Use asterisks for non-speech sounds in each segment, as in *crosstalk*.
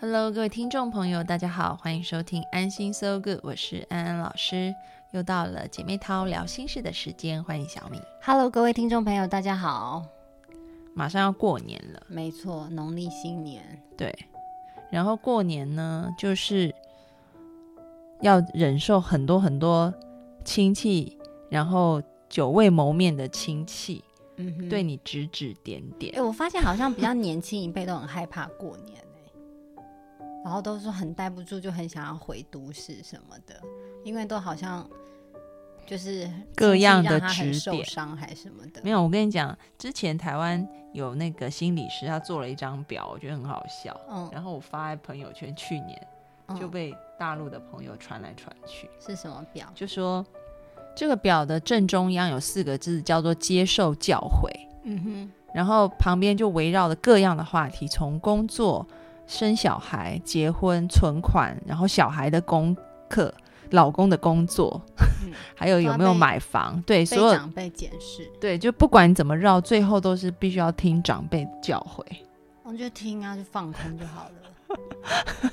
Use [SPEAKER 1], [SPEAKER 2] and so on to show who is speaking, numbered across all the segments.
[SPEAKER 1] Hello，各位听众朋友，大家好，欢迎收听《安心 So Good》，我是安安老师。又到了姐妹淘聊心事的时间，欢迎小米。
[SPEAKER 2] Hello，各位听众朋友，大家好。
[SPEAKER 1] 马上要过年了，
[SPEAKER 2] 没错，农历新年，
[SPEAKER 1] 对。然后过年呢，就是要忍受很多很多亲戚，然后久未谋面的亲戚、
[SPEAKER 2] 嗯哼，
[SPEAKER 1] 对。你指指点
[SPEAKER 2] 哎、
[SPEAKER 1] 点。
[SPEAKER 2] 我发现好像比较年轻一辈都很害怕过年、欸、然后都说很待不住，就很想要回都市什么的，因为都好像就是
[SPEAKER 1] 各样的
[SPEAKER 2] 亲戚让他很
[SPEAKER 1] 指
[SPEAKER 2] 受
[SPEAKER 1] 点
[SPEAKER 2] 伤还什么的
[SPEAKER 1] 没。有，我跟你讲，之前台湾有那个心理师，他做了一张表，我觉得很好笑。
[SPEAKER 2] 嗯
[SPEAKER 1] 然后我发在朋友圈，去年
[SPEAKER 2] 嗯
[SPEAKER 1] 就被大陆的朋友传来传去，
[SPEAKER 2] 是什么表？
[SPEAKER 1] 就说这个表的正中央有四个字叫做“接受教诲
[SPEAKER 2] 嗯哼，”，
[SPEAKER 1] 然后旁边就围绕着各样的话题，从工作、生小孩、结婚、存款，然后小孩的功课、老公的工作，
[SPEAKER 2] 嗯
[SPEAKER 1] 还有有没有买房，对，
[SPEAKER 2] 被
[SPEAKER 1] 所有
[SPEAKER 2] 长辈检视，
[SPEAKER 1] 对，就不管你怎么绕，最后都是必须要听长辈教诲。
[SPEAKER 2] 我就听啊，就放空就好了。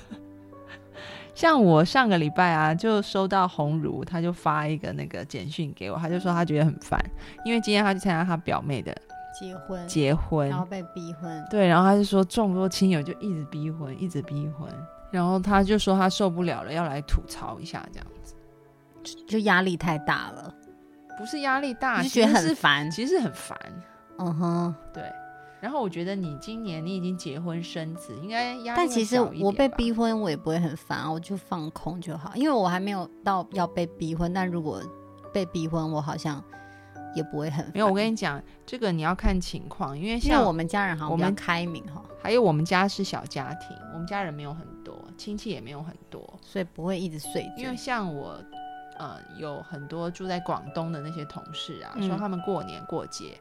[SPEAKER 1] 像我上个礼拜啊，就收到鸿儒，他就发一个那个简讯给我，他就说他觉得很烦，因为今天他去参加他表妹的
[SPEAKER 2] 结婚，
[SPEAKER 1] 结婚
[SPEAKER 2] 然，后被逼婚，
[SPEAKER 1] 对，然后他就说众多亲友就一直逼婚，一直逼婚，然后他就说他受不了了，要来吐槽一下，这样子
[SPEAKER 2] 就就压力太大了，
[SPEAKER 1] 不是压力大，
[SPEAKER 2] 就
[SPEAKER 1] 其
[SPEAKER 2] 觉得
[SPEAKER 1] 实
[SPEAKER 2] 很
[SPEAKER 1] 是
[SPEAKER 2] 烦。
[SPEAKER 1] 其实很烦，
[SPEAKER 2] 嗯哼。
[SPEAKER 1] 对。然后我觉得你今年你已经结婚生子，应该压力
[SPEAKER 2] 但
[SPEAKER 1] 会
[SPEAKER 2] 其实
[SPEAKER 1] 小一
[SPEAKER 2] 我被
[SPEAKER 1] 点吧
[SPEAKER 2] 逼婚，我也不会很烦啊，我就放空就好，因为我还没有到要被逼婚。但如果被逼婚，我好像也不会很烦。
[SPEAKER 1] 没有，我跟你讲，这个你要看情况，因为
[SPEAKER 2] 因
[SPEAKER 1] 像
[SPEAKER 2] 为我们家人好像比较
[SPEAKER 1] 我们
[SPEAKER 2] 开明哈，
[SPEAKER 1] 还有我们家是小家庭，我们家人没有很多，亲戚也没有很多，
[SPEAKER 2] 所以不会一直碎
[SPEAKER 1] 因为
[SPEAKER 2] 嘴。
[SPEAKER 1] 像我，呃，有很多住在广东的那些同事啊，
[SPEAKER 2] 嗯
[SPEAKER 1] 说他们过年过节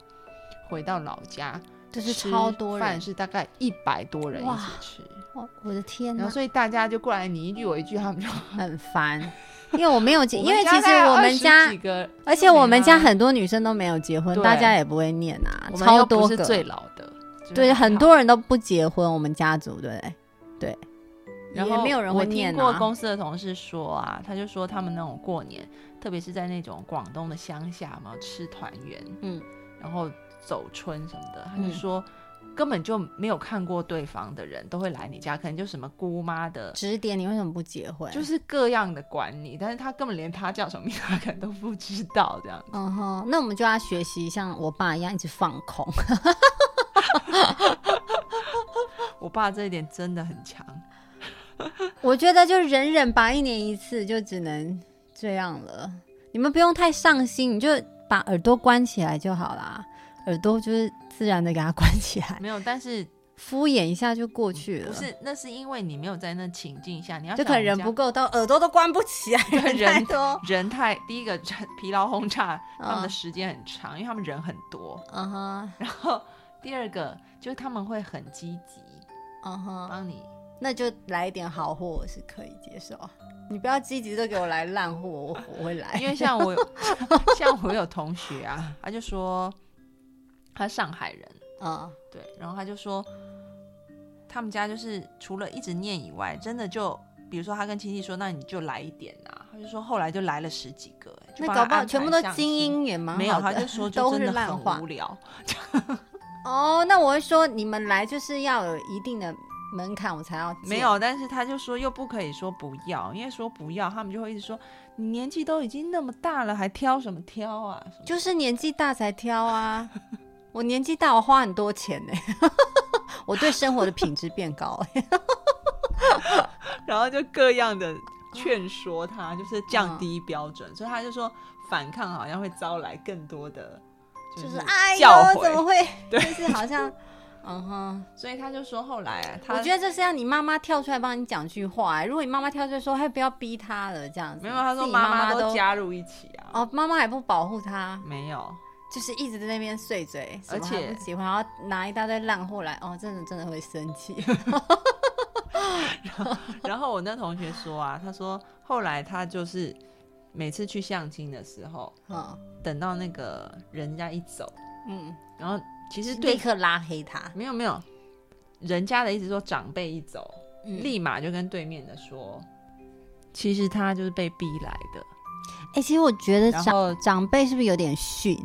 [SPEAKER 1] 回到老家，
[SPEAKER 2] 就是
[SPEAKER 1] 吃
[SPEAKER 2] 超多
[SPEAKER 1] 饭
[SPEAKER 2] 人，
[SPEAKER 1] 是大概一百多人一
[SPEAKER 2] 哇
[SPEAKER 1] 起吃，
[SPEAKER 2] 我我的天呐
[SPEAKER 1] 然后，所以大家就过来你一句我一句，他们就
[SPEAKER 2] 很
[SPEAKER 1] *laughs*
[SPEAKER 2] 烦。因为我没有结，
[SPEAKER 1] 我
[SPEAKER 2] 因
[SPEAKER 1] 们
[SPEAKER 2] 为
[SPEAKER 1] 家
[SPEAKER 2] 其实
[SPEAKER 1] 大概
[SPEAKER 2] 我们
[SPEAKER 1] 20
[SPEAKER 2] 家
[SPEAKER 1] 几，个，
[SPEAKER 2] 而且我们家
[SPEAKER 1] 就没啦
[SPEAKER 2] 很多女生都没有结婚，
[SPEAKER 1] 对
[SPEAKER 2] 大家也不会念啊，
[SPEAKER 1] 我们
[SPEAKER 2] 超
[SPEAKER 1] 又不
[SPEAKER 2] 多
[SPEAKER 1] 是
[SPEAKER 2] 个。
[SPEAKER 1] 最老的，就
[SPEAKER 2] 对，
[SPEAKER 1] 还好
[SPEAKER 2] 很多人都不结婚，我们家族对不对？对，
[SPEAKER 1] 然
[SPEAKER 2] 也
[SPEAKER 1] 后
[SPEAKER 2] 没有人
[SPEAKER 1] 我
[SPEAKER 2] 会
[SPEAKER 1] 听
[SPEAKER 2] 念
[SPEAKER 1] 过
[SPEAKER 2] 啊。
[SPEAKER 1] 公司的同事说啊，他就说他们那种过年，特别是在那种广东的乡下嘛，吃团圆，
[SPEAKER 2] 嗯，
[SPEAKER 1] 然后走春什么的，他就
[SPEAKER 2] 嗯
[SPEAKER 1] 说、根本就没有看过对方的人都会来你家，可能就什么姑妈的。
[SPEAKER 2] 指点你为什么不结婚？
[SPEAKER 1] 就是各样的管你，但是他根本连他叫什么名，他可能都不知道这样。
[SPEAKER 2] 嗯哼，那我们就要学习像我爸一样一直放空。 *laughs*
[SPEAKER 1] 我爸这一点真的很强，
[SPEAKER 2] 我觉得就忍忍吧，一年一次就只能这样了。你们不用太上心，你就把耳朵关起来就好啦。耳朵就是自然的给它关起来，
[SPEAKER 1] 没有，但是
[SPEAKER 2] 敷衍一下就过去了。
[SPEAKER 1] 嗯不，是那是因为你没有在那情境下，你要
[SPEAKER 2] 啊就
[SPEAKER 1] 想
[SPEAKER 2] 可能
[SPEAKER 1] 我们
[SPEAKER 2] 人
[SPEAKER 1] 家
[SPEAKER 2] 不够到，耳朵都关不起来，
[SPEAKER 1] 对人
[SPEAKER 2] 太
[SPEAKER 1] *laughs*
[SPEAKER 2] 多。
[SPEAKER 1] 人太第一个人疲劳轰炸，他们的
[SPEAKER 2] 嗯
[SPEAKER 1] 时间很长，因为他们人很多。
[SPEAKER 2] 嗯哼，
[SPEAKER 1] 然后第二个就是他们会很积极，
[SPEAKER 2] 嗯哼，
[SPEAKER 1] 帮你
[SPEAKER 2] 那就来一点好货，我是可以接受。你不要积极的给我来烂货，我我会来。
[SPEAKER 1] 因为像我有像我有同学啊，他就说他上海人，
[SPEAKER 2] *laughs* 嗯，
[SPEAKER 1] 对，然后他就说他们家就是除了一直念以外，真的就。比如说，他跟亲戚说：“那你就来一点啊。”他就说：“后来就来了十几个、欸，
[SPEAKER 2] 那
[SPEAKER 1] 就帮
[SPEAKER 2] 搞
[SPEAKER 1] 他
[SPEAKER 2] 不好
[SPEAKER 1] 安
[SPEAKER 2] 全
[SPEAKER 1] 排
[SPEAKER 2] 部都
[SPEAKER 1] 相
[SPEAKER 2] 精
[SPEAKER 1] 亲，
[SPEAKER 2] 英也蛮
[SPEAKER 1] 没有。”
[SPEAKER 2] 好
[SPEAKER 1] 他
[SPEAKER 2] 的
[SPEAKER 1] 就
[SPEAKER 2] *laughs*
[SPEAKER 1] 说：“
[SPEAKER 2] 都
[SPEAKER 1] 就真
[SPEAKER 2] 是
[SPEAKER 1] 的
[SPEAKER 2] 烂
[SPEAKER 1] 很
[SPEAKER 2] 话
[SPEAKER 1] 无。聊。”
[SPEAKER 2] 哦，那我会说你们来就是要有一定的门槛，我才要进
[SPEAKER 1] 没。有，但是他就说又不可以说不要，因为说不要，他们就会一直说你年纪都已经那么大了，还挑什么挑啊？什么
[SPEAKER 2] 就是年纪大才挑啊。 *laughs* 我年纪大，我花很多钱呢、 *laughs* 我对生活的品质变
[SPEAKER 1] *laughs*
[SPEAKER 2] 高、欸。
[SPEAKER 1] 然后就各样的劝
[SPEAKER 2] 嗯
[SPEAKER 1] 说他，就是降低标准，所以他就说反抗好像会招来更多的
[SPEAKER 2] 就是是哎
[SPEAKER 1] 教
[SPEAKER 2] 呦，怎么
[SPEAKER 1] 诲。
[SPEAKER 2] 会？
[SPEAKER 1] 对 *laughs*
[SPEAKER 2] 就是好像嗯哼，
[SPEAKER 1] 所以他就说后来啊，他
[SPEAKER 2] 我觉得这是要你妈妈跳出来帮你讲句话、哎如果你妈妈跳出来说，哎，不要逼他了，这样子。
[SPEAKER 1] 没有，他说
[SPEAKER 2] 自己妈
[SPEAKER 1] 妈
[SPEAKER 2] 都
[SPEAKER 1] 都加入一起啊。
[SPEAKER 2] 哦，妈妈还不保护他，
[SPEAKER 1] 没有，
[SPEAKER 2] 就是一直在那边碎嘴，什么
[SPEAKER 1] 而且
[SPEAKER 2] 还不喜欢，然后拿一大堆烂货来，哦，真的真的会生气。 *laughs*
[SPEAKER 1] 然后我那同学说啊，他说后来他就是每次去相亲的时候，
[SPEAKER 2] 嗯
[SPEAKER 1] 等到那个人家一走，
[SPEAKER 2] 嗯，
[SPEAKER 1] 然后其实对
[SPEAKER 2] 立刻拉黑他，
[SPEAKER 1] 没有没有，人家的意思说长辈一走，
[SPEAKER 2] 嗯
[SPEAKER 1] 立马就跟对面的说，其实他就是被逼来的。
[SPEAKER 2] 哎、其实我觉得
[SPEAKER 1] 然
[SPEAKER 2] 长
[SPEAKER 1] 后
[SPEAKER 2] 长辈是不是有点逊？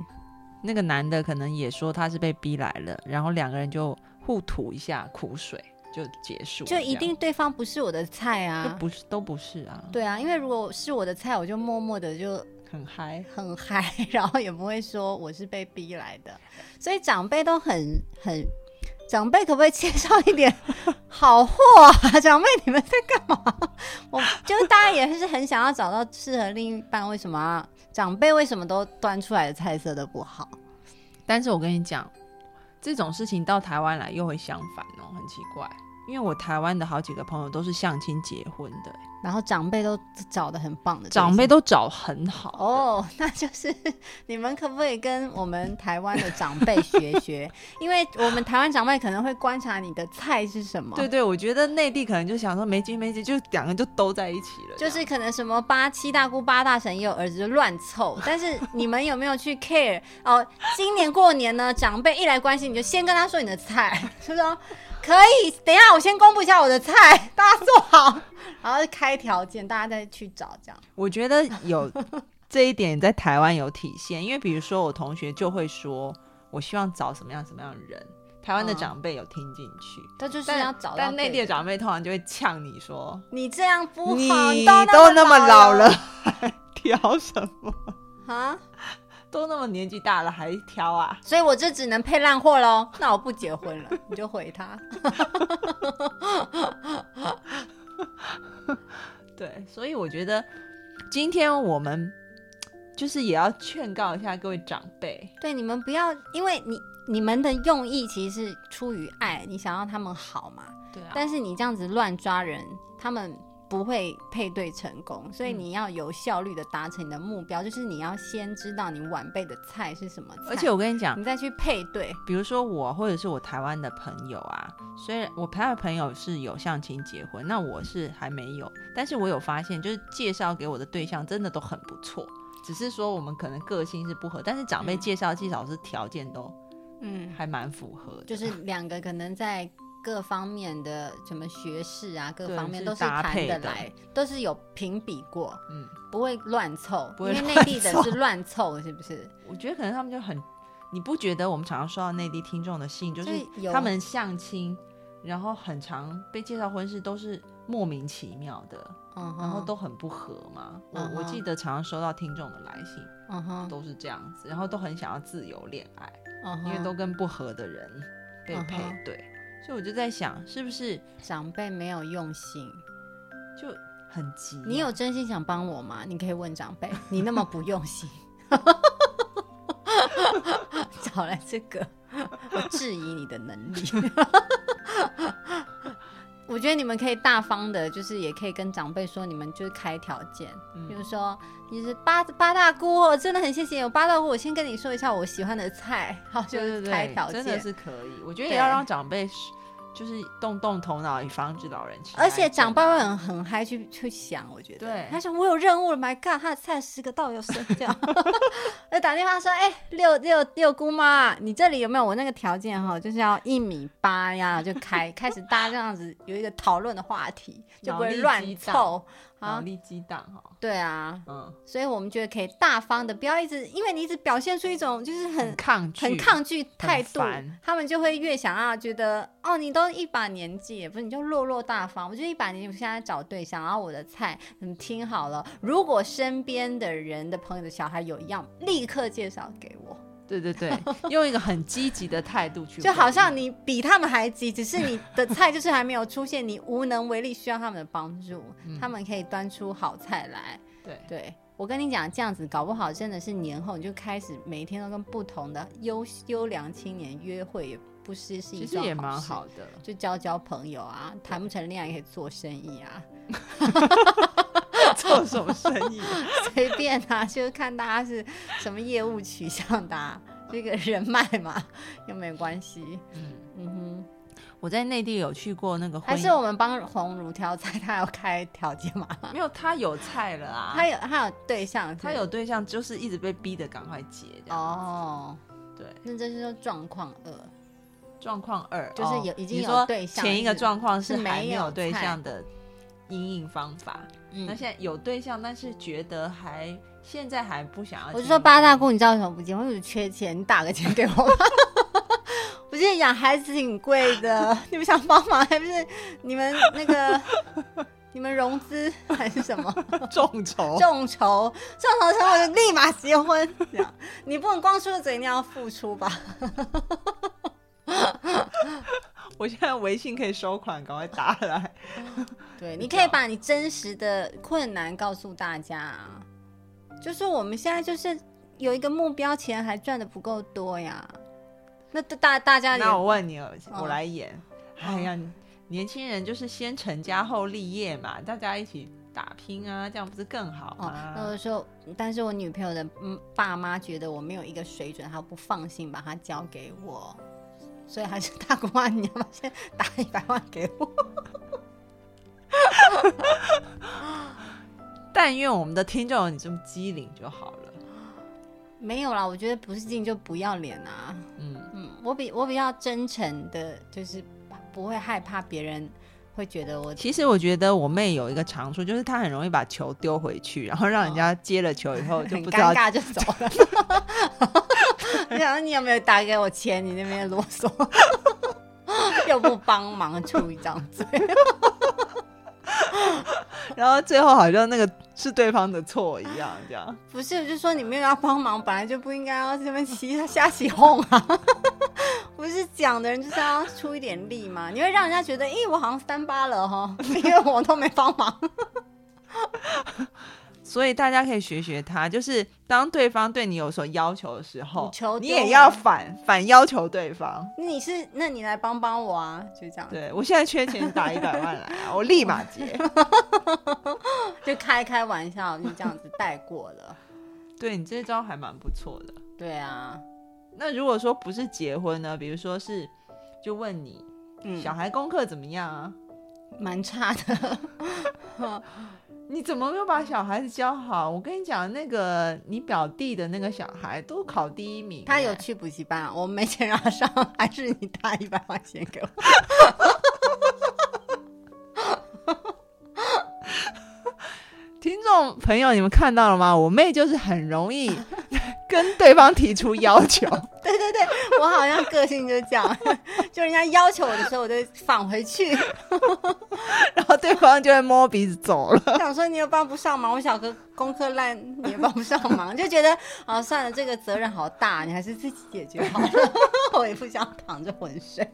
[SPEAKER 1] 那个男的可能也说他是被逼来了，然后两个人就互吐一下苦水，就结束了
[SPEAKER 2] 就
[SPEAKER 1] 这样。
[SPEAKER 2] 一定对方不是我的菜
[SPEAKER 1] 就
[SPEAKER 2] 啊。
[SPEAKER 1] 不是都不是啊，
[SPEAKER 2] 对啊，因为如果是我的菜，我就默默的就
[SPEAKER 1] 很嗨。
[SPEAKER 2] 很嗨， *laughs* 然后也不会说我是被逼来的。所以长辈都很很，长辈可不可以介绍一点好货啊？ *laughs* 长辈你们在干嘛？ *laughs* 我就是大家也是很想要找到适合另一半，为什么、啊、长辈为什么都端出来的菜色都不好？
[SPEAKER 1] 但是我跟你讲，这种事情到台湾来又会相反哦，很奇怪。因为我台湾的好几个朋友都是相亲结婚的、
[SPEAKER 2] 然后长辈都找的很棒的对象，
[SPEAKER 1] 长辈都找很好的
[SPEAKER 2] 哦， *laughs* 那就是你们可不可以跟我们台湾的长辈学学？ *laughs* 因为我们台湾长辈可能会观察你的菜是什么，
[SPEAKER 1] 对，对，我觉得内地可能就想说没结没结，就两个人就都在一起了这
[SPEAKER 2] 就
[SPEAKER 1] 样，
[SPEAKER 2] 是可能什么八七大姑八大婶也有儿子就乱凑，但是你们有没有去 care？哦，今年过年呢，长辈一来关心你就先跟他说你的菜，就说可以，等一下我先公布一下我的菜，大家坐好，然后开条件，大家再去找这样。
[SPEAKER 1] 我觉得有这一点在台湾有体现，因为比如说我同学就会说，我希望找什么样什么样的人，台湾的
[SPEAKER 2] 嗯
[SPEAKER 1] 长辈有听进去，
[SPEAKER 2] 他就是
[SPEAKER 1] 但
[SPEAKER 2] 要找到
[SPEAKER 1] 但内地
[SPEAKER 2] 对
[SPEAKER 1] 的
[SPEAKER 2] 的
[SPEAKER 1] 长辈通常就会呛你说，
[SPEAKER 2] 你这样不好，
[SPEAKER 1] 你
[SPEAKER 2] 都
[SPEAKER 1] 那么
[SPEAKER 2] 老
[SPEAKER 1] 了 *laughs* 还挑什么？
[SPEAKER 2] 啊！
[SPEAKER 1] 都那么年纪大了还挑啊？
[SPEAKER 2] 所以我就只能配烂货喽。那我不结婚了，你就回他。 *laughs*
[SPEAKER 1] 对，所以我觉得今天我们就是也要劝告一下各位长辈。
[SPEAKER 2] 对，你们不要，因为你你们的用意其实是出于爱，你想要他们好嘛。
[SPEAKER 1] 对啊
[SPEAKER 2] 但是你这样子乱抓人，他们不会配对成功。所以
[SPEAKER 1] 嗯
[SPEAKER 2] 你要有效率的达成你的目标，就是你要先知道你晚辈的菜是什么菜，
[SPEAKER 1] *laughs* 而且我跟你讲，
[SPEAKER 2] 你再去配对。
[SPEAKER 1] 比如说我或者是我台湾的朋友啊，虽然我台湾的朋友是有相亲结婚，那我是还没有，但是我有发现，就是介绍给我的对象真的都很不错，只是说我们可能个性是不合，但是长辈
[SPEAKER 2] 嗯
[SPEAKER 1] 介绍至少是条件都
[SPEAKER 2] 嗯，
[SPEAKER 1] 还蛮符合的，
[SPEAKER 2] *laughs* 就是两个可能在各方面的什么学识啊，各
[SPEAKER 1] 对
[SPEAKER 2] 方面
[SPEAKER 1] 是
[SPEAKER 2] 都是
[SPEAKER 1] 搭
[SPEAKER 2] 谈
[SPEAKER 1] 配
[SPEAKER 2] 得
[SPEAKER 1] 的
[SPEAKER 2] 来，都是有评比过。
[SPEAKER 1] 嗯，
[SPEAKER 2] 不会乱凑，
[SPEAKER 1] 不会
[SPEAKER 2] 因为内
[SPEAKER 1] 乱
[SPEAKER 2] 地的
[SPEAKER 1] 凑
[SPEAKER 2] 是乱凑，是不是？
[SPEAKER 1] 我觉得可能他们就很，你不觉得我们常常收到内地听众的信，就是
[SPEAKER 2] 所以有
[SPEAKER 1] 他们相亲，然后很常被介绍婚事都是莫名其妙的，
[SPEAKER 2] 嗯哼，
[SPEAKER 1] 然后都很不合嘛，
[SPEAKER 2] 嗯
[SPEAKER 1] 我我
[SPEAKER 2] 哼
[SPEAKER 1] 记得常常收到听众的来信。
[SPEAKER 2] 嗯哼，
[SPEAKER 1] 都是这样子，然后都很想要自由恋爱，
[SPEAKER 2] 嗯哼
[SPEAKER 1] 因为都跟不合的人被
[SPEAKER 2] 嗯哼
[SPEAKER 1] 配对，所以我就在想，是不是
[SPEAKER 2] 长辈没有用心。
[SPEAKER 1] 就很急啊、
[SPEAKER 2] 你有真心想帮我吗？你可以问长
[SPEAKER 1] *laughs*
[SPEAKER 2] 辈，你那么不用心，找来这个，我质疑你的能
[SPEAKER 1] *laughs*
[SPEAKER 2] 力。我觉得你们可以大方的，就是也可以跟长辈说，你们就是开条件，
[SPEAKER 1] 嗯
[SPEAKER 2] 比如说你是八八大姑哦，真的很谢谢有八大姑，我先跟你说一下我喜欢的菜，然后就
[SPEAKER 1] 对对
[SPEAKER 2] 是
[SPEAKER 1] 对
[SPEAKER 2] 开条件，
[SPEAKER 1] 真的是可以，我觉得也
[SPEAKER 2] 对
[SPEAKER 1] 要让长辈是就是动动头脑，以防止老人痴呆
[SPEAKER 2] 而
[SPEAKER 1] 症。
[SPEAKER 2] 且长辈会很很嗨去去想，我觉得。
[SPEAKER 1] 对
[SPEAKER 2] 他想我有任务了，My God，他的菜十个到底有谁这 *laughs* 样？我打电话说，哎、六六六姑妈，你这里有没有我那个条件哈？就是要一米八呀，就开开始大家这样子有一个讨论的话题，就不
[SPEAKER 1] 脑
[SPEAKER 2] 会
[SPEAKER 1] 力激
[SPEAKER 2] 乱
[SPEAKER 1] 荡
[SPEAKER 2] 凑
[SPEAKER 1] 脑
[SPEAKER 2] 啊。
[SPEAKER 1] 力激荡哈，
[SPEAKER 2] 对啊，
[SPEAKER 1] 嗯，
[SPEAKER 2] 所以我们觉得可以大方的，不要一直，因为你一直表现出一种就是很
[SPEAKER 1] 很抗拒，
[SPEAKER 2] 很抗拒态度
[SPEAKER 1] 烦，
[SPEAKER 2] 他们就会越想要觉得哦，你都一把年纪了，不是你就落落大方。我就一把年纪，我现在找对象，然啊后我的菜，你听好了，如果身边的人的朋友的小孩有一样，立刻介绍给我，
[SPEAKER 1] 对对
[SPEAKER 2] *laughs*
[SPEAKER 1] 对，用一个很积极的态度去回应，
[SPEAKER 2] 就好像你比他们还急，只是你的菜就是还没有出现，你无能为力，需要他们的帮助，
[SPEAKER 1] 嗯
[SPEAKER 2] 他们可以端出好菜来。
[SPEAKER 1] 对
[SPEAKER 2] 对我跟你讲，这样子搞不好真的是年后你就开始每天都跟不同的优优良青年约会，也不失是
[SPEAKER 1] 其
[SPEAKER 2] 一
[SPEAKER 1] 实
[SPEAKER 2] 桩
[SPEAKER 1] 也蛮
[SPEAKER 2] 事
[SPEAKER 1] 好的。
[SPEAKER 2] 就交交朋友啊，谈不成恋爱也可以做生意啊， *laughs*
[SPEAKER 1] 做什么生意啊？
[SPEAKER 2] 随便啊， *laughs* 就是看大家是什么业务取向的、啊，这个人脉嘛，又没关系。
[SPEAKER 1] 嗯
[SPEAKER 2] 嗯哼，
[SPEAKER 1] *laughs* 我在内地有去过那个婚
[SPEAKER 2] 还
[SPEAKER 1] 姻，
[SPEAKER 2] 是我们帮红茹挑菜，她要开条件嘛？
[SPEAKER 1] 没有他有菜了啊，
[SPEAKER 2] 她有她有对象是不
[SPEAKER 1] 他
[SPEAKER 2] 是，
[SPEAKER 1] 有对象，就是一直被逼的赶快结这样。
[SPEAKER 2] 哦，
[SPEAKER 1] 对，
[SPEAKER 2] 那这是说状况二，
[SPEAKER 1] 状况二
[SPEAKER 2] 就是
[SPEAKER 1] 哦
[SPEAKER 2] 有已经
[SPEAKER 1] 你
[SPEAKER 2] 有
[SPEAKER 1] 说
[SPEAKER 2] 对象
[SPEAKER 1] 前一个
[SPEAKER 2] 是
[SPEAKER 1] 状况
[SPEAKER 2] 是
[SPEAKER 1] 是还
[SPEAKER 2] 没
[SPEAKER 1] 没
[SPEAKER 2] 有
[SPEAKER 1] 有对
[SPEAKER 2] 菜
[SPEAKER 1] 象的阴应方法，
[SPEAKER 2] 嗯
[SPEAKER 1] 那现在有对象，但是觉得还现在还不想要。
[SPEAKER 2] 我就说八大，姑，你知道为什么不结婚？因为我缺钱，你打个钱给我。 *laughs* 我现在养孩子挺贵的， *laughs* 你们想帮忙还不是你们那个你们融资还是什么 *laughs*
[SPEAKER 1] 众筹
[SPEAKER 2] 众筹？众筹成我就立马结婚。这样你不能光说嘴，你要付出吧？
[SPEAKER 1] 我现在微信可以收款，赶快打来。
[SPEAKER 2] 对，你可以把你真实的困难告诉大家啊，就是我们现在就是有一个目标，钱还赚的不够多呀。那大大家也
[SPEAKER 1] *laughs* 那我问你，哦我
[SPEAKER 2] 嗯
[SPEAKER 1] 来演。哎呀，年轻人就是先成家后立业嘛，大家一起打拼啊，这样不是更好
[SPEAKER 2] 哦，那
[SPEAKER 1] 吗？
[SPEAKER 2] 我说，但是我女朋友的嗯爸妈觉得我没有一个水准，他不放心把她交给我，所以还是大姑妈，你要不要先打一百万给我？
[SPEAKER 1] 但愿我们的听众有你这么机灵就好了。
[SPEAKER 2] 没有啦，我觉得不是劲就不要脸啊。
[SPEAKER 1] 嗯，
[SPEAKER 2] 嗯，我比我比较真诚的，就是不会害怕别人会觉得我
[SPEAKER 1] 其实我觉得我妹有一个长处，就是她很容易把球丢回去，然后让人家接了球以后就
[SPEAKER 2] 很
[SPEAKER 1] 不知
[SPEAKER 2] 尴
[SPEAKER 1] 道
[SPEAKER 2] 尬就走了。我想说你有没有打给我钱？你那边啰嗦， *laughs* 又不帮忙出一张嘴。
[SPEAKER 1] *laughs* 然后最后好像那个是对方的错一样，这样。
[SPEAKER 2] 不是，我就说你没有要帮忙，本来就不应该要这边起瞎起哄啊！ *laughs* 不是讲的人就是要出一点力嘛，你会让人家觉得，咦、我好像三八了哈， *laughs* 因为我都没帮忙。 *laughs*
[SPEAKER 1] 所以大家可以学学他，就是当对方对你有所要求的时候
[SPEAKER 2] 你求，
[SPEAKER 1] 你
[SPEAKER 2] 丢
[SPEAKER 1] 也
[SPEAKER 2] 人
[SPEAKER 1] 要反反要求对方。
[SPEAKER 2] 你是，那你来帮帮我啊，就这样，
[SPEAKER 1] 对我现在缺钱，你打一百万来 *laughs* 啊，我立马结。
[SPEAKER 2] 就开开玩笑，就这样子带过了。
[SPEAKER 1] 对你这招还蛮不错的。
[SPEAKER 2] 对啊，
[SPEAKER 1] 那如果说不是结婚呢？比如说是，就问你、
[SPEAKER 2] 嗯，
[SPEAKER 1] 小孩功课怎么样啊？
[SPEAKER 2] 蛮差的。
[SPEAKER 1] 你怎么没有把小孩子教好？我跟你讲，那个你表弟的那个小孩都考第一名欸，
[SPEAKER 2] 他有去补习班啊，我们没钱让他上，还是你打一百块钱给我？ *laughs*
[SPEAKER 1] 听众朋友，你们看到了吗？我妹就是很容易 *laughs* 跟对方提出要求。
[SPEAKER 2] 对对对，我好像个性就这样， *laughs* 就人家要求我的时候，我就返回去，
[SPEAKER 1] 然后对方就会摸鼻子走了。
[SPEAKER 2] 想说你也帮不上忙，我小哥功课烂，你也帮不上忙，就觉得啊算了，这个责任好大，你还是自己解决好了， *laughs* 我也不想淌着浑水，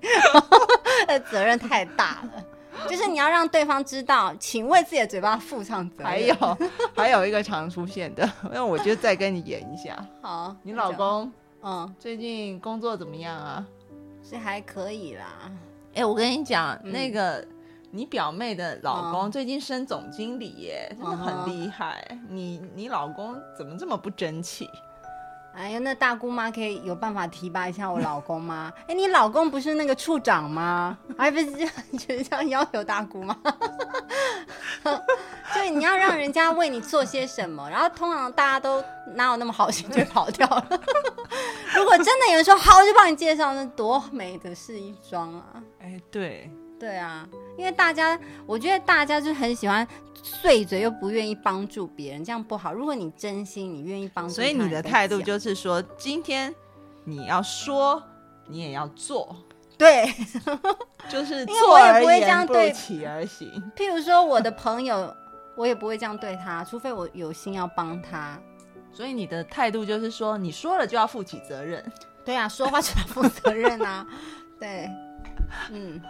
[SPEAKER 2] *laughs* 那责任太大了。就是你要让对方知道，请为自己的嘴巴负上责任。
[SPEAKER 1] 还有，还有一个常出现的，那我就再跟你演一下。
[SPEAKER 2] 好，
[SPEAKER 1] 你老公
[SPEAKER 2] 嗯，
[SPEAKER 1] 最近工作怎么样啊？
[SPEAKER 2] 是还可以啦。
[SPEAKER 1] 哎、我跟你讲，
[SPEAKER 2] 嗯
[SPEAKER 1] 那个你表妹的老公
[SPEAKER 2] 嗯
[SPEAKER 1] 最近升总经理耶，真的
[SPEAKER 2] 嗯
[SPEAKER 1] 很
[SPEAKER 2] 哼
[SPEAKER 1] 厉害。你你老公怎么这么不争气？
[SPEAKER 2] 哎呀，那大姑妈可以有办法提拔一下我老公吗？ *laughs* 哎，你老公不是那个处长吗？ *laughs* 还不是这样，就是这样要求大姑妈。 *laughs* 对，你要让人家为你做些什么，然后通常大家都哪有那么好心就跑掉了。 *laughs* 如果真的有人说好，我就帮你介绍，那多美的是一桩啊！
[SPEAKER 1] 哎、对，
[SPEAKER 2] 对啊，因为大家，我觉得大家就很喜欢碎嘴，又不愿意帮助别人，这样不好。如果你真心，你愿意帮助他，
[SPEAKER 1] 所以你的态度
[SPEAKER 2] 再讲
[SPEAKER 1] 就是说，今天你要说，你也要做，
[SPEAKER 2] 对。
[SPEAKER 1] 就是
[SPEAKER 2] 为
[SPEAKER 1] 做
[SPEAKER 2] 我也
[SPEAKER 1] 而
[SPEAKER 2] 不会这
[SPEAKER 1] 言
[SPEAKER 2] 样
[SPEAKER 1] 不
[SPEAKER 2] 对
[SPEAKER 1] 起而行。
[SPEAKER 2] 譬如说我的朋友，我也不会这样对他，除非我有心要帮他。
[SPEAKER 1] 所以你的态度就是说，你说了就要负起责任。
[SPEAKER 2] 对啊，说话就要负责任啊。 *laughs* 对，嗯，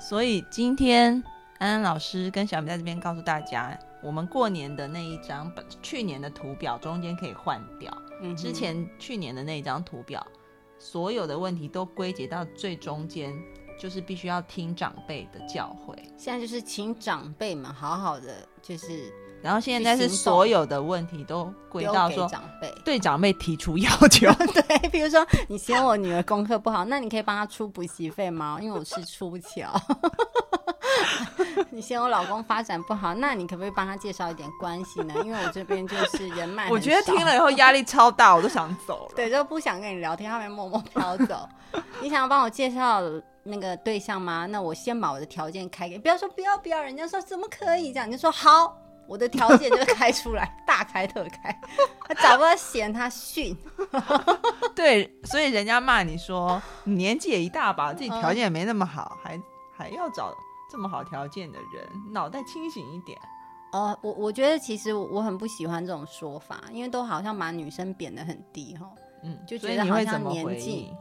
[SPEAKER 1] 所以今天安安老师跟小米在这边告诉大家，我们过年的那一张本去年的图表中间可以换掉，
[SPEAKER 2] 嗯哼
[SPEAKER 1] 之前去年的那一张图表所有的问题都归结到最中间，就是必须要听长辈的教诲。
[SPEAKER 2] 现在就是请长辈们好好的，就是
[SPEAKER 1] 然后现在是
[SPEAKER 2] 去行动
[SPEAKER 1] 所有的问题都归
[SPEAKER 2] 丢
[SPEAKER 1] 到
[SPEAKER 2] 给
[SPEAKER 1] 说
[SPEAKER 2] 长辈。 *laughs*
[SPEAKER 1] 对长辈提出要 *laughs* 求，
[SPEAKER 2] 对，比如说你嫌我女儿功课不好，那你可以帮她出补习费吗？因为我是出不起哦。 *laughs* 你嫌我老公发展不好，那你可不可以帮他介绍一点关系呢？因为我这边就是人脉很
[SPEAKER 1] 我觉得
[SPEAKER 2] 少
[SPEAKER 1] 听了以后压力超大，我都想走了。
[SPEAKER 2] 对，就不想跟你聊天，他们默默飘走。 *laughs* 你想要帮我介绍那个对象吗？那我先把我的条件开给，不要说不要不要，人家说怎么可以这样，你就说好，我的条件就开出来， *laughs* 大开特开。他找不到嫌他逊，
[SPEAKER 1] 对，所以人家骂你说你年纪也一大把，自己条件也没那么好，还还要找这么好条件的人，脑袋清醒一点。
[SPEAKER 2] 哦，我我觉得其实我我很不喜欢这种说法，因为都好像把女生贬得很低哈。
[SPEAKER 1] 嗯，
[SPEAKER 2] 就
[SPEAKER 1] 所以
[SPEAKER 2] 觉得
[SPEAKER 1] 你
[SPEAKER 2] 好
[SPEAKER 1] 会
[SPEAKER 2] 像
[SPEAKER 1] 怎么
[SPEAKER 2] 年
[SPEAKER 1] 回
[SPEAKER 2] 纪
[SPEAKER 1] 应？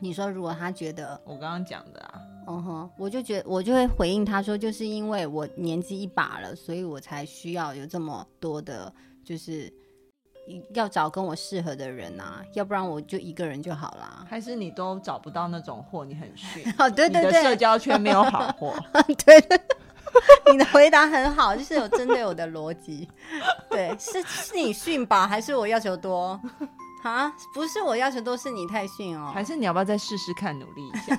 [SPEAKER 2] 你说如果他觉得，
[SPEAKER 1] 我刚刚讲的啊，
[SPEAKER 2] 嗯哼，我就觉我就会回应他说，就是因为我年纪一把了，所以我才需要有这么多的，就是要找跟我适合的人啊，要不然我就一个人就好啦。。
[SPEAKER 1] 还是你都找不到那种货，你很逊
[SPEAKER 2] 哦，对对
[SPEAKER 1] *laughs* 你的社
[SPEAKER 2] 对，
[SPEAKER 1] 交圈没有好货，
[SPEAKER 2] 对对，你的回答很好，就是有针对我的逻辑。对，是是你逊吧，还是我要求多？啊，不是我要求多，是你太逊哦。
[SPEAKER 1] *laughs* 还是你要不要再试试看，努力一 *laughs* 下？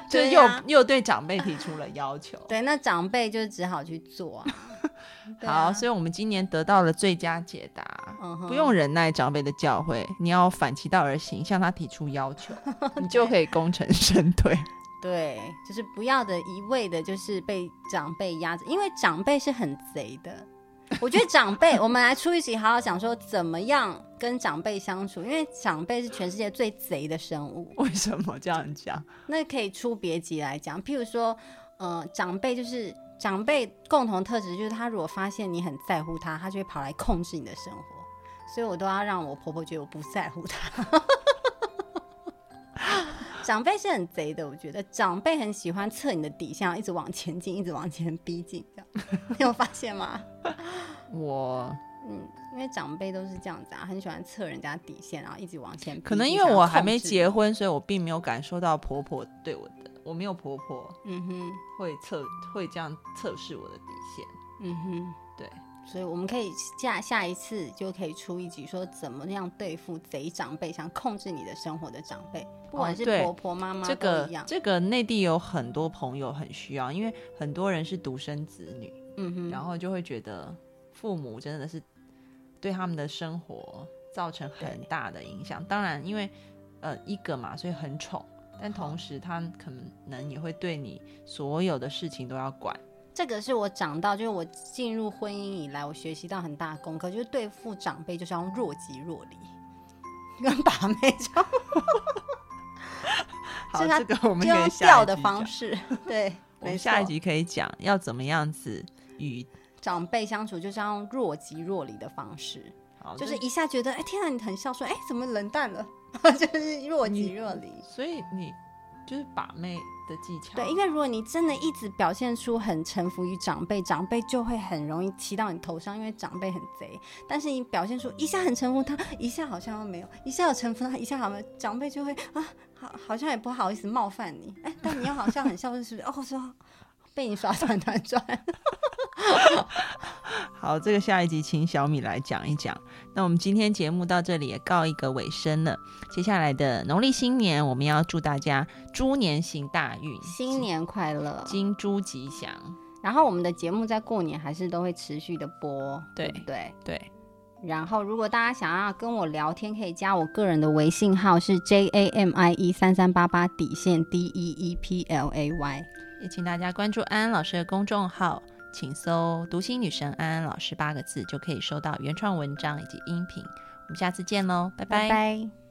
[SPEAKER 1] 就
[SPEAKER 2] 对
[SPEAKER 1] 又
[SPEAKER 2] 啊
[SPEAKER 1] 又对长辈提出了要求。
[SPEAKER 2] 对，那长辈就只好去
[SPEAKER 1] *laughs*
[SPEAKER 2] 做啊。对啊
[SPEAKER 1] 好，所以我们今年得到了最佳解答。
[SPEAKER 2] 嗯哼
[SPEAKER 1] 不用忍耐长辈的教诲，你要反其道而行，向他提出要 *laughs* 求，你就可以功成身退。 *laughs*
[SPEAKER 2] 对，就是不要的一味的，就是被长辈压着，因为长辈是很贼的。我觉得长辈，我们来出一集好好讲说怎么样跟长辈相处，因为长辈是全世界最贼的生物，
[SPEAKER 1] 为什么这样讲？
[SPEAKER 2] 那可以出别集来讲。譬如说，呃，长辈就是长辈共同特质就是他如果发现你很在乎他，他就会跑来控制你的生活，所以我都要让我婆婆觉得我不在乎他。 *laughs* 长辈是很贼的，我觉得长辈很喜欢测你的底线，一直往前进，一直往前逼近，这
[SPEAKER 1] *laughs*
[SPEAKER 2] 样你有发现吗？
[SPEAKER 1] 我
[SPEAKER 2] 嗯，因为长辈都是这样子啊，很喜欢测人家底线，然后一直往前逼近。
[SPEAKER 1] 可能因
[SPEAKER 2] 想
[SPEAKER 1] 为
[SPEAKER 2] 要
[SPEAKER 1] 我还没
[SPEAKER 2] 控制
[SPEAKER 1] 结婚，所以我并没有感受到婆婆对我的，我没有婆婆
[SPEAKER 2] 你，嗯哼，
[SPEAKER 1] 会测会这样测试我的底线。
[SPEAKER 2] 嗯哼，
[SPEAKER 1] 对，
[SPEAKER 2] 所以我们可以下下一次就可以出一集，说怎么样对付贼长辈，想控制你的生活的长辈，不管是
[SPEAKER 1] 哦对
[SPEAKER 2] 婆婆妈妈
[SPEAKER 1] 这
[SPEAKER 2] 都
[SPEAKER 1] 个
[SPEAKER 2] 一样。
[SPEAKER 1] 这个内地有很多朋友很需要，因为很多人是独生子女，
[SPEAKER 2] 嗯哼，
[SPEAKER 1] 然后就会觉得父母真的是对他们的生活造成很大的影响。当然，因为呃一个嘛，所以很宠，但同时他可能也会对你所有的事情都要管。
[SPEAKER 2] 这个是我长到，就是我进入婚姻以来，我学习到很大的功课，就是对付长辈就是要若即若离， *laughs* 跟把妹差不多
[SPEAKER 1] 好，
[SPEAKER 2] 所以他
[SPEAKER 1] 这 *laughs* 个我们
[SPEAKER 2] 就
[SPEAKER 1] 可以
[SPEAKER 2] 用
[SPEAKER 1] 下
[SPEAKER 2] 钓
[SPEAKER 1] 一
[SPEAKER 2] 的
[SPEAKER 1] 集
[SPEAKER 2] 方
[SPEAKER 1] 讲，
[SPEAKER 2] 式。 *laughs* 对，
[SPEAKER 1] 我
[SPEAKER 2] 没
[SPEAKER 1] 们下一
[SPEAKER 2] 错
[SPEAKER 1] 集可以讲要怎么样子与
[SPEAKER 2] 长辈相处就是要用若即若离的方式，
[SPEAKER 1] 好，
[SPEAKER 2] 就是
[SPEAKER 1] 这
[SPEAKER 2] 一下觉得哎天啊你很孝顺，哎怎么冷淡了， *laughs* 就是若即
[SPEAKER 1] 你
[SPEAKER 2] 若离。
[SPEAKER 1] 所以你就是把妹的技巧，
[SPEAKER 2] 对，因为如果你真的一直表现出很臣服于长辈，长辈就会很容易骑到你头上，因为长辈很贼。但是你表现出一下很臣服他，一下好像又没有，一下有臣服他，一下好像长辈就会啊，好好像也不好意思冒犯你。哎，但你又好像很孝顺，是不是？哦，我说被你耍团团转。 *laughs*
[SPEAKER 1] 好，这个下一集请小米来讲一讲。那我们今天节目到这里也告一个尾声了。接下来的农历新年，我们要祝大家猪年行大运，
[SPEAKER 2] 新年快乐！
[SPEAKER 1] 金猪吉祥。
[SPEAKER 2] 然后我们的节目在过年还是都会持续的播，
[SPEAKER 1] 对
[SPEAKER 2] 不对？
[SPEAKER 1] 对，
[SPEAKER 2] 然后，如果大家想要跟我聊天，可以加我个人的微信号是 J A M I E 三三八八底线 D E E P L A Y。
[SPEAKER 1] 也请大家关注安安老师的公众号，请搜“读心女神安安老师”八个字，就可以收到原创文章以及音频。我们下次见喽，拜
[SPEAKER 2] 拜拜。